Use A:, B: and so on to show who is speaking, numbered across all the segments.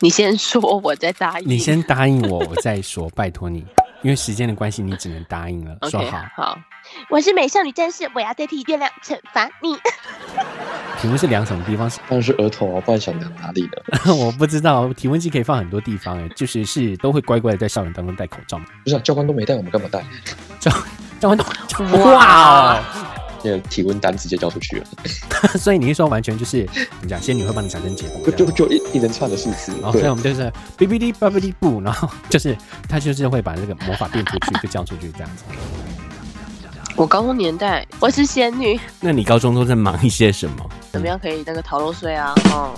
A: 你先说，我再答应。
B: 你先答应我，我再说，拜托你，因为时间的关系，你只能答应了。说
A: OK，
B: 好，
A: 好，
C: 我是美少女战士，我要代替月亮惩罚你。
B: 提问是量什么地方？是
D: 当然是额头啊，不然想量哪里呢？
B: 我不知道，提问机可以放很多地方、哎，就是是都会乖乖的在校园当中戴口罩吗。
D: 不是、啊、教官都没带，我们干嘛带？
B: 但我哇
A: 哇
B: 哦，
D: 那个体温单直接交出去了，
B: 所以你是说完全就是怎么讲？仙女会帮你产生结果，
D: 就 就就一一连串的数字
B: 然。后所以
D: 对
B: 我，们就是哔哔哩叭哔哩布，然后就是他就是会把这个魔法变出去，就交出去这样子。
A: 我高中年代我是仙女，
B: 那你高中都在忙一些什么？
A: 怎么样可以那个逃漏税啊？哦，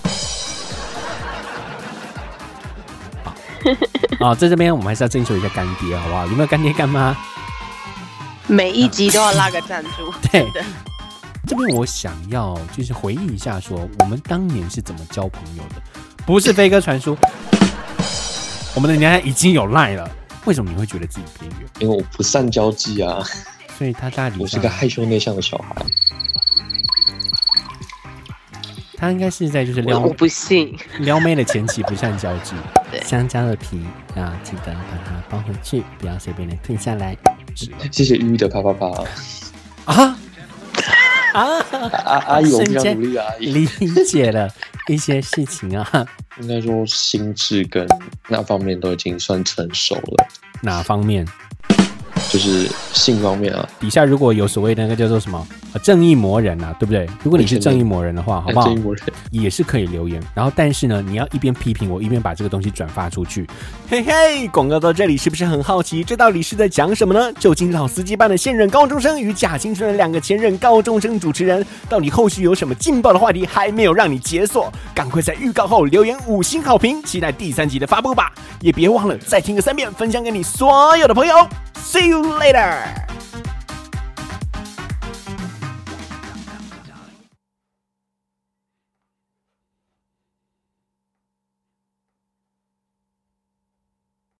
B: 啊、在这边我们还是要征求一下干爹，好不好？有没有干爹干妈？
A: 每一集都要拉个赞助。
B: 对
A: 真的，
B: 这边我想要就是回忆一下说我们当年是怎么交朋友的，不是飞鸽传书。我们的年代已经有赖了，为什么你会觉得自己边缘？
D: 因为我不善交际 啊，
B: 所以他大理
D: 我是
B: 上
D: 个，害羞内向的小孩。
B: 他应该是在就是
A: 我
B: 撩
A: 我不信，
B: 撩妹的前期不善交际
A: 对，
B: 香蕉的皮要记得把它包回去，不要随便的吞下来。
D: 谢谢鱼的啪 啪啪啊
B: 啊啊！
D: 啊！阿姨，我非
B: 瞬
D: 常
B: 间
D: 努力啊，阿姨。
B: 理解了一些事情啊，
D: 应该说心智跟那方面都已经算成熟了，
B: 哪方面？
D: 就是性方面啊。
B: 底下如果有所谓的那个叫做什么、呃、正义魔人啊，对不对？如果你是正义魔人的话，好不
D: 哎这
B: 好
D: 一？模人
B: 也是可以留言。然后，但是呢，你要一边批评我，一边把这个东西转发出去。嘿嘿，广告到这里是不是很好奇？这到底是在讲什么呢？旧金老司机班的现任高中生与假青春的两个前任高中生主持人，到底后续有什么劲爆的话题还没有让你解锁？赶快在预告后留言五星好评，期待第三集的发布吧！也别忘了再听个三遍，分享给你所有的朋友。See you later。